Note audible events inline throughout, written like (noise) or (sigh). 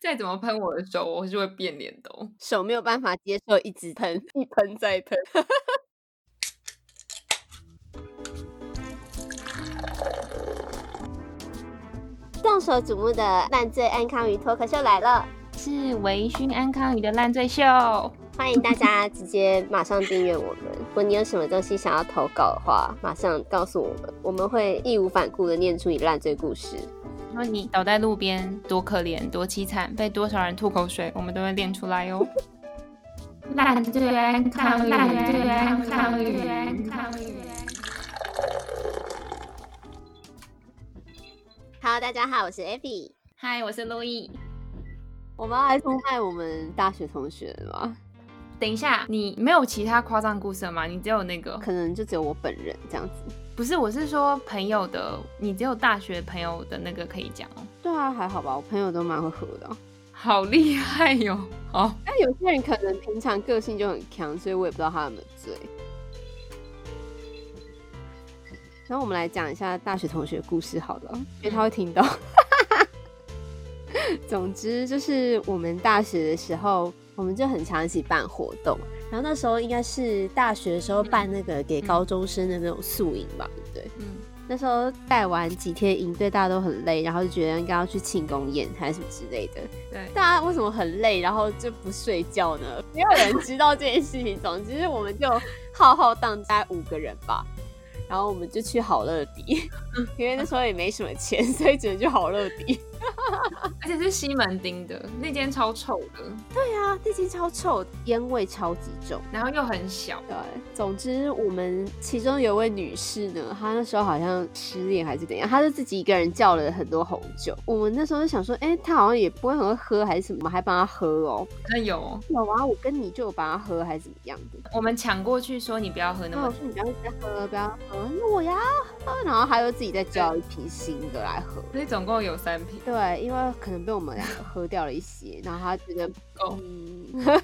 再怎么喷我的手，我是会变脸的、哦。手没有办法接受一直喷，一喷再喷。 (laughs) 众所瞩目的烂醉安康鱼脱口秀来了，是微醺安康鱼的烂醉秀。欢迎大 (laughs) 家直接马上订阅我们。如果你有什么东西想要投稿的话，马上告诉我们，我们会义无反顾的念出你烂醉故事。说你倒在路边多可怜，多凄惨，被多少人吐口水，我们都会练出来哦。 (laughs) 烂醉安康鱼，烂醉安康鱼， Hello，大家好，我是 Abby。嗨，我是路易。我们要来出卖我们大学同学了吗？等一下，你没有其他夸张故事吗？你只有那个？可能就只有我本人这样子。不是，我是说朋友的，你只有大学朋友的那个可以讲哦。对啊，还好吧，我朋友都蛮会喝的啊、好厉害哟、好，但有些人可能平常个性就很强，所以我也不知道他有没有醉。然后我们来讲一下大学同学故事好了，因为他会听到。 (laughs) 总之就是我们大学的时候，我们就很常一起办活动。然后那时候应该是大学的时候办那个给高中生的那种宿营吧，对不对？嗯，那时候带完几天营队，大家都很累，然后就觉得应该要去庆功宴还是什么之类的。对大家为什么很累，然后就不睡觉 (laughs) 呢？没有人知道这件事情。总之，我们就浩浩荡荡五个人吧，然后我们就去好乐 (laughs) 迪，因为那时候也没什么钱， (laughs) 所以只能去好乐迪。而且是西门町的那间超臭的，对啊，那间超臭，烟味超级重。然后又很小，对，总之我们其中有一位女士呢，她那时候好像失恋还是怎样，她就自己一个人叫了很多红酒。我们那时候就想说，哎、她好像也不会很会喝还是什么，我们还帮她喝哦。好像有哦有啊，我跟你就有帮她喝还是怎么样的。我们抢过去说你不要喝那那么我多，说你不要一直喝，不要喝，那我也要喝。然后她又自己再叫一瓶新的来喝。所以总共有三瓶。对，因为可能被我们两个喝掉了一些，然后他觉得够嗯， (laughs)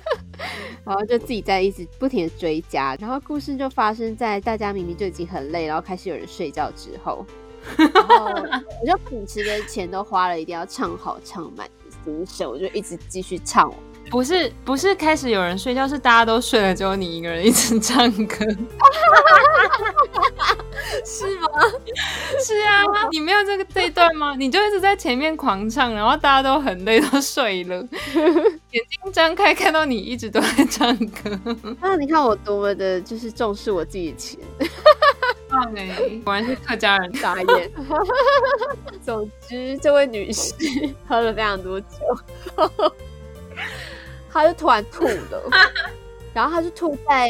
然后就自己在一直不停的追加，然后故事就发生在大家明明就已经很累，然后开始有人睡觉之后，然 (laughs) 后我就秉持着钱都花了，一定要唱好唱满的精神，我就一直继续唱。不是不是，开始有人睡觉，是大家都睡了，只有你一个人一直唱歌， (laughs) 是吗？是啊，你没有这个这一段吗？你就一直在前面狂唱，然后大家都很累，都睡了，眼睛张开看到你一直都在唱歌，那啊你看我多么的就是重视我自己的钱。棒哎、果然是客家人。眨眼。总之，这位女士喝了非常多酒，她就突然吐了，然后她就吐在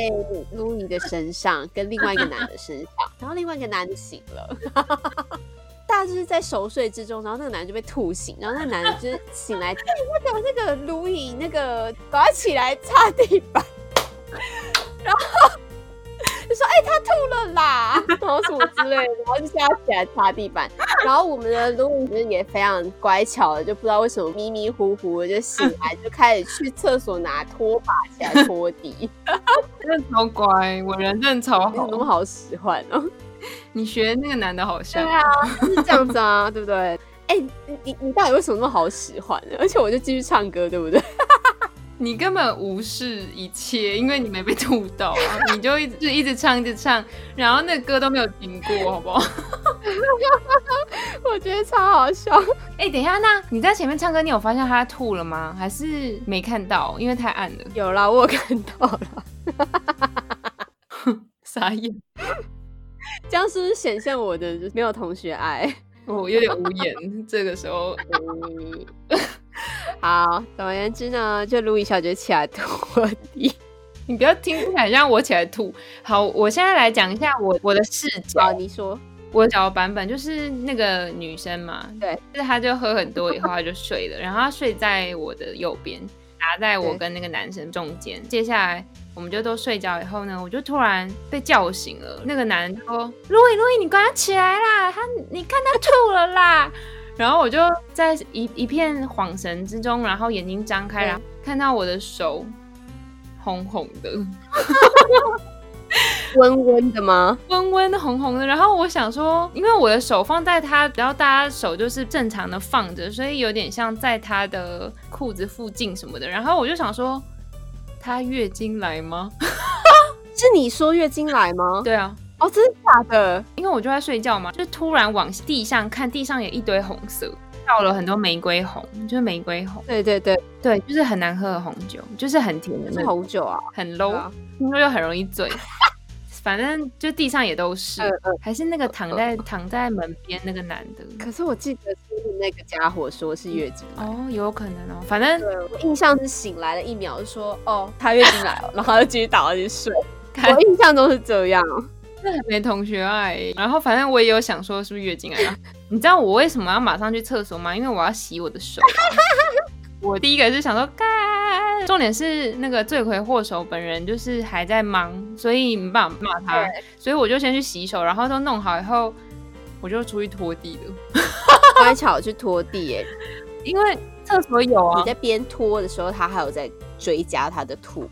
路易的身上，跟另外一个男的身上，然后另外一个男的醒了。大家就是在熟睡之中，然后那个男的就被吐醒，然后那个男的就是醒来，哎那个那个路易那个赶快起来擦地板，就说：“哎、他吐了 (laughs) 啦，然后什么之类的，然后就是要起来擦地板。然后我们的路人也非常乖巧的，就不知道为什么迷迷糊糊的就醒来，就开始去厕所拿拖把起来拖 (laughs) 地。真的超乖，我人真的超你怎么那好么。好使唤哦？你学那个男的好像，啊， (laughs) 就是这样子啊，对不对？哎、你你你到底为什么那么好使唤呢？而且我就继续唱歌，对不 (laughs) 对？你根本无视一切，因为你没被吐到啊，你就一直就一直唱一直唱，然后那个歌都没有停过，好不好？我觉得超好笑。 (laughs) 哎、等一下，那你在前面唱歌，你有发现他吐了吗？还是没看到？因为太暗了，有啦，我有看到了，傻眼，这样是不是显现我的就是没有同学爱？我有点无言。这个时候，呃嗯，好，总而言之呢，就路易小姐起来拖地。 (laughs) (laughs) 你不要听起来像我起来吐。好，我现在来讲一下我我的视角好，，你说，我找的版本就是那个女生嘛，对，就是她就喝很多以后她就睡了，然后她睡在我的右边，打在我跟那个男生中间。接下来我们就都睡觉以后呢，我就突然被叫醒了，那个男人就说：“路易，路易，你赶快起来啦！他，你看他吐了啦！”然后我就在一一片恍神之中，然后眼睛张开，对然后看到我的手红红的。温温的吗？温温的红红的。然后我想说，因为我的手放在他，然后大家手就是正常的放着，所以有点像在他的裤子附近什么的。然后我就想说，他月经来吗？是你说月经来吗？对啊，哦，真的假的？因为我就在睡觉嘛，就突然往地上看，地上也一堆红色，掉了很多玫瑰红，就是玫瑰红，对对对，对，就是很难喝的红酒，就是很甜的那 (laughs) 是种，红酒啊。很对 low，啊听说又很容易醉。 (laughs) 反正就地上也都是嗯，嗯。还是那个躺在躺在门边那个男的。可是我记得是那个家伙说是月经来。哦，有可能哦，反正对，我印象是醒来了一秒就说哦，他月经来了，然后就继续倒下去睡。看 (laughs) 我印象中是这样，没同学爱。欸然后反正我也有想说是不是月经来啊？你知道我为什么要马上去厕所吗？因为我要洗我的手 (laughs) 啊、我第一个是想说干，重点是那个罪魁祸首本人就是还在忙，所以没办法骂他，所以我就先去洗手，然后都弄好以后，我就出去拖地了，乖巧去拖地耶。因为厕所有啊你，在边拖的时候，他还有在追加他的吐。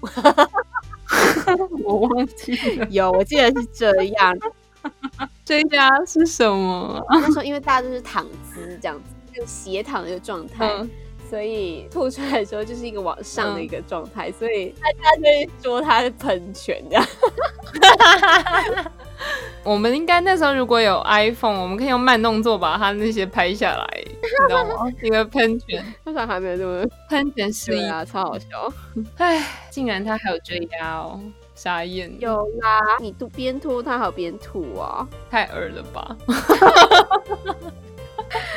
我忘记了 (laughs) 有，我记得是这样。 (laughs) 这家是什 (laughs) 么？ (laughs) 那时候因为大家都是躺姿这样子，就斜躺的一个状态，嗯，所以吐出来的时候就是一个往上的一个状态，所以嗯大家就会说他是喷泉 (laughs) 这样。我们应该那时候如果有 iPhone，我们可以用慢动作把它那些拍下来，你知道吗？一个喷 (laughs) 泉，通常还没有这么喷泉失忆对，啊，超好笑。哎，竟然他还有追加哦，傻眼，有啦，你吐边拖他还有边吐啊，太恶了吧？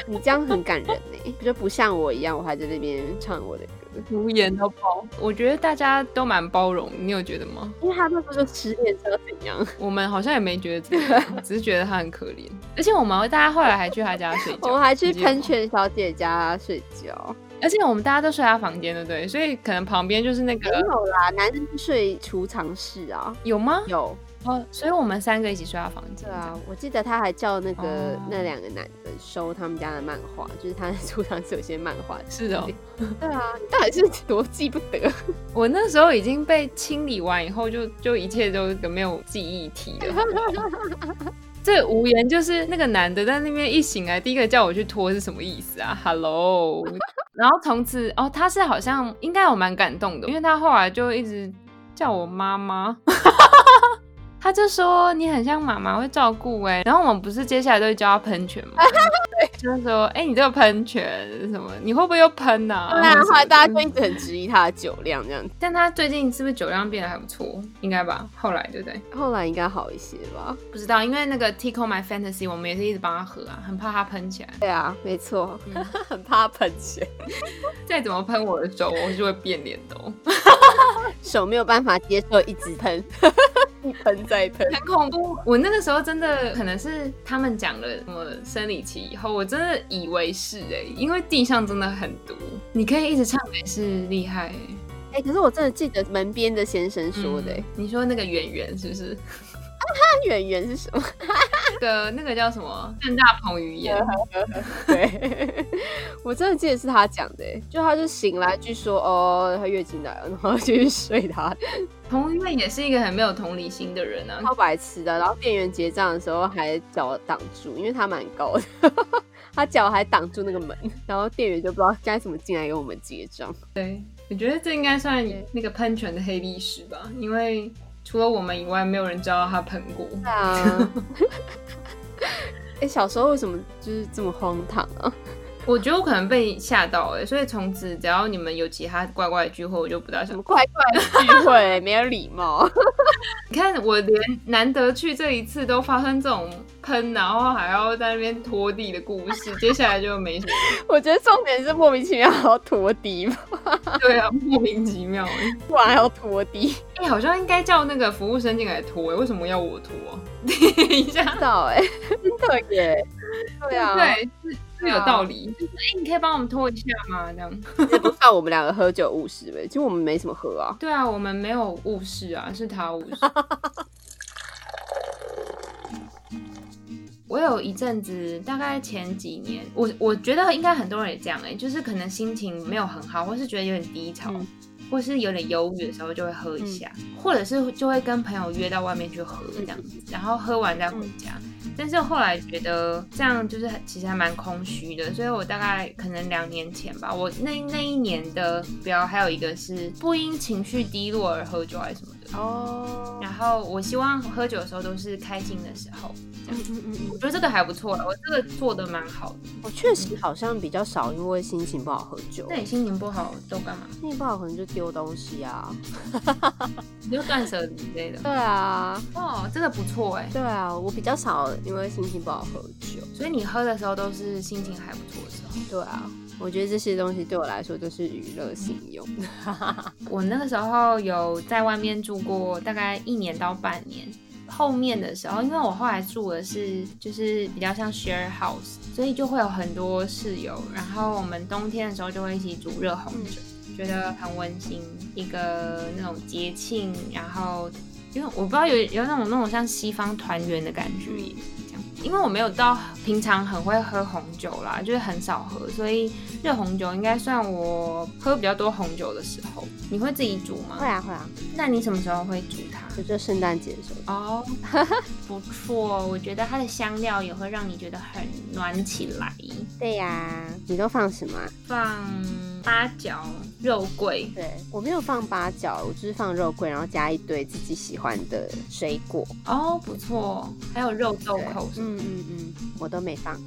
你这样很感人呢、 (laughs) 就不像我一样，我还在那边唱我的歌。无言到爆，我觉得大家都蛮包容，你有觉得吗？因为他那时候就失恋，知道怎样？我们好像也没觉得怎样， (laughs) 只是觉得他很可怜，而且我们大家后来还去他家睡觉，我们还去你记得吗喷泉小姐家睡觉，而且我们大家都睡他房间，对不对？所以可能旁边就是那没个有啦，男生是睡储藏室啊。有吗？有，哦，所以我们三个一起睡他房间。对啊，我记得他还叫那个、哦那两个男的收他们家的漫画，就是他的 (laughs) 储藏室有些漫画。是哦，对啊，你到底是多记不 (laughs) 得？我那时候已经被清理完以后就，就一切都没有记忆体了。好不好这无言就是那个男的在那边一醒来，第一个叫我去拖是什么意思啊？Hello，然 (laughs) 后从此哦，他是好像应该我蛮感动的，因为他后来就一直叫我妈妈。 (laughs) 他就说你很像妈妈，会照顾哎、然后我们不是接下来都会教他喷泉吗？就是说，哎、你这个喷泉什么？你会不会又喷呐、对啊，或者什后么来的大家就一直很质疑他的酒量这样子，但他最近是不是酒量变得还不错？应该吧，后来对不对？后来应该好一些吧？不知道，因为那个 Tickle My Fantasy 我们也是一直帮他喝啊，很怕他喷起来。对啊，没错，嗯 (laughs) 很怕喷血，再怎么喷我的手，我就会变脸的、哦，手没有办法接受一直喷， (laughs) 一喷再喷。 (laughs) 很恐怖。我那个时候真的可能是他们讲了什么生理期以后，我真的以为是哎、因为地上真的很毒，你可以一直唱也是厉害、欸。 (laughs) 哎、可是我真的记得门边的先生 (laughs) 说的、欸嗯你说那个演员是不是？那演员是什么？那个那个叫什么？郑大鹏语言。对， (laughs) 我真的记得是他讲的、欸，就他就醒来，据说哦，他月经来了，然后就去睡他，彭于晏也是一个很没有同理心的人啊，超白痴的。然后店员结账的时候还脚挡住，因为他蛮高的，他脚还挡住那个门，然后店员就不知道该怎么进来给我们结账。对，我觉得这应该算那个喷泉的黑历史吧，因为除了我们以外，没有人知道他喷过。对啊， (laughs) 哎、小时候为什么就是这么荒唐啊？我觉得我可能被吓到哎、欸，所以从此只要你们有其他怪怪的聚会，我就不大什想么。怪怪的聚会，没有礼貌。 (laughs) 你看，我连难得去这一次都发生这种喷，然后还要在那边拖地的故事，接下来就没什么。我觉得重点是莫名其妙还要拖地吧，对啊，莫名其妙 (laughs) 哎、不然还要拖地。哎、好像应该叫那个服务生进来拖哎、为什么要我拖、 (laughs) 啊？等一下，知道哎、 (laughs) 真的耶，对啊，对，是是有对啊道理。就是哎、你可以帮我们拖一下吗？这样。这不算我们两个喝酒误事呗，其实我们没什么喝啊。对啊，我们没有误事啊，是他误事。 (laughs) 我有一阵子，大概前几年，欸我我觉得应该很多人也这样哎、就是可能心情没有很好，或是觉得有点低潮，嗯或是有点忧郁的时候就会喝一下，或者是就会跟朋友约到外面去喝这样子，然后喝完再回家。但是后来觉得这样就是其实还蛮空虚的，所以我大概可能两年前吧，我那那一年的标还有一个是不因情绪低落而喝酒还是什么的。哦，然后我希望喝酒的时候都是开心的时候，嗯嗯嗯我嗯，觉得这个还不错了，我这个做的蛮好的。我哦确实好像比较少因为心情不好喝酒那，你心情不好都干嘛？心情不好可能就丢东西啊，你就断舍离之类的。对啊，哦，这个不错哎。对啊，我比较少因为心情不好喝酒，所以你喝的时候都是心情还不错的时候。对啊，我觉得这些东西对我来说都是娱乐性用，我那个时候有在外面住过大概一年到半年。后面的时候，因为我后来住的是就是比较像 share house，所以就会有很多室友。然后我们冬天的时候就会一起煮热红酒，觉得很温馨，一个那种节庆。然后因为我不知道有有那种那种像西方团圆的感觉耶，这样。因为我没有到平常很会喝红酒啦，就是很少喝，所以热红酒应该算我喝比较多红酒的时候。你会自己煮吗？会啊会啊，那你什么时候会煮它？就就圣诞节的时候， (laughs) 哦，不错，我觉得它的香料也会让你觉得很暖起来。对呀、你都放什么啊、放八角、肉桂，对我没有放八角，我就是放肉桂，然后加一堆自己喜欢的水果。哦，不错，还有肉豆蔻什么嗯嗯嗯，我都没放。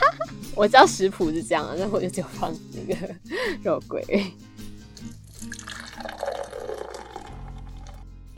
(laughs) 我知道食谱是这样的，但我就只有放那个 (laughs) 肉桂，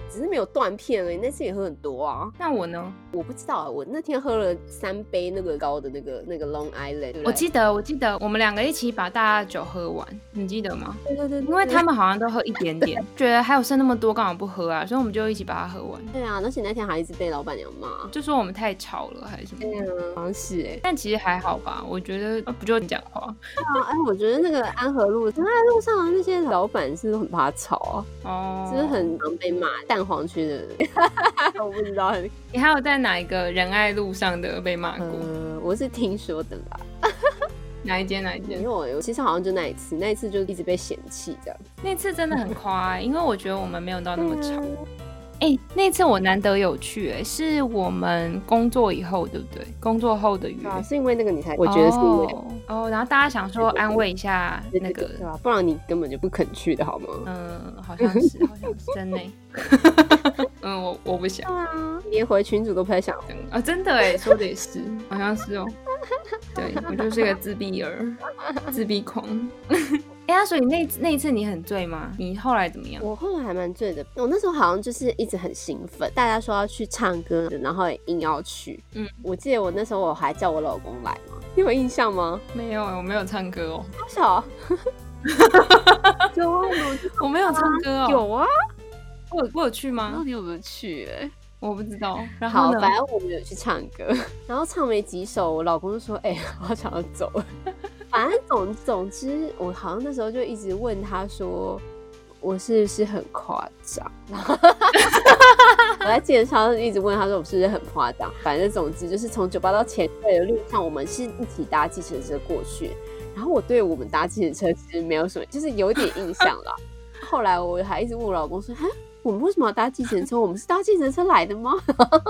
只是没有断片而已。那次也喝很多啊，那我呢？我不知道啊，我那天喝了三杯那个高的那个那个 Long Island，对不对我记得，我记得我们两个一起把大家的酒喝完，你记得吗？对对对，对因为他对们好像都喝一点 (laughs) 点，觉得还有剩那么多，干嘛不喝啊？所以我们就一起把它喝完，对啊，而且那天还一直被老板娘骂。就说我们太吵了还是什么。嗯，好像是哎、但其实还好吧，我觉得、啊、不就你讲话啊哎，我觉得那个安和路，安和路上的那些老板是不是很怕吵啊？哦，就是很常被骂蛋黄区的， (laughs) 我不知道。你还有在哪一个仁爱路上的被骂过？呃，我是听说的啦，哪一间？哪一因间？为我其实好像就那一次，那一次就一直被嫌弃这样。那次真的很夸、欸，因为我觉得我们没有到那么吵对。哎、那次我难得有去、欸，是我们工作以后，对不对？工作后的约，啊，是因为那个你才，我觉得是因为、哦哦，然后大家想说安慰一下对那对个对，对吧？不然你根本就不肯去的好吗？嗯，好像是， (laughs) 好像是真的欸。嗯，我我不想，连回群主都不太想。嗯啊，真的哎，说的也是，好像是哦。对我就是个自闭 (laughs) 儿，自闭狂。哎、呀，所以那那一次你很醉吗？你后来怎么样？我后来还蛮醉的，我那时候好像就是一直很兴奋，大家说要去唱歌，然后也硬要去。嗯，我记得我那时候我还叫我老公来嘛，你有印象吗？没有欸，我没有唱歌哦，多少？ (laughs) 有啊，我没有唱歌哦。有啊，我有我有去吗？你有没有去、欸？我不知道。然好后，呢？反正我们有去唱歌， (laughs) 然后唱没几首，我老公就说：“哎、我想要走了。” (laughs) 反正总总之，我好像那时候就一直问他说：“我是不是很夸张？” (laughs) 我在健身上一直问他说：“我是不是很夸张？”反正总之就是从酒吧到前队的路上，我们是一起搭计程车过去。然后我对我们搭计程车其实没有什么，就是有点印象啦。 (laughs) 后来我还一直问我老公说：“哈，我们为什么要搭计程车？我们是搭计程车来的吗？”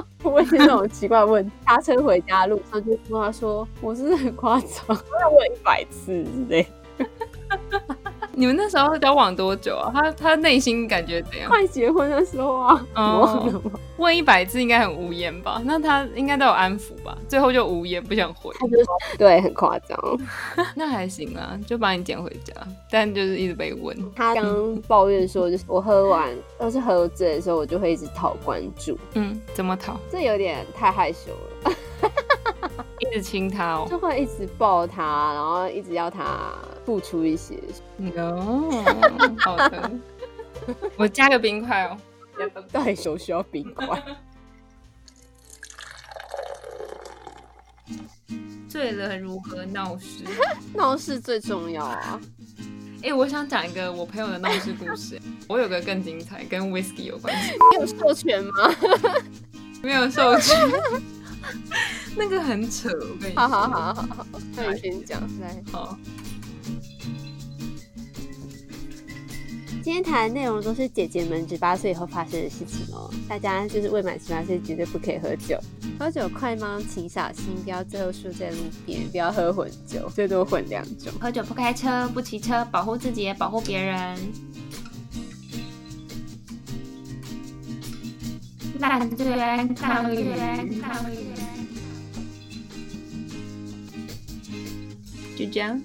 (laughs) 我问那种奇怪的问题。搭车回家的路上就跟他说：“我是不是很夸张，要问一百次之类，你们那时候交往多久啊？他他内心感觉怎样？哦快结婚的时候啊，我忘了吗？问一百次应该很无言吧？那他应该都有安抚吧？最后就无言，不想回。他就说对，很夸张。那还行啊，就把你捡回家，但就是一直被问。他刚抱怨说，就是我喝完，要是喝醉的时候，我就会一直讨关注，嗯，怎么讨？这有点太害羞了，一直亲他哦。就会一直抱他，然后一直要他付出一些。 No，好 (laughs) 的，我加个冰块哦。到底手需要冰 (laughs) 块？醉了如何闹事？闹事最重要 (laughs) 啊！哎、我想讲一个我朋友的闹事故事。 (laughs) 我有个更精彩，跟 whisky 有关系。你有授权吗？没有授权， (laughs) 那个很扯，我跟你好说。哦好 (laughs) 好好好，那你先讲来。好今天谈的内容都是姐姐们十八岁以后发生的事情哦，大家就是未满十八岁绝对不可以喝酒，喝酒快吗？请小心，不要最后输在路边，不要喝混酒，最多混两种。喝酒不开车，不骑车，保护自己也保护别人。烂醉安抗议员，抗议员。就这样。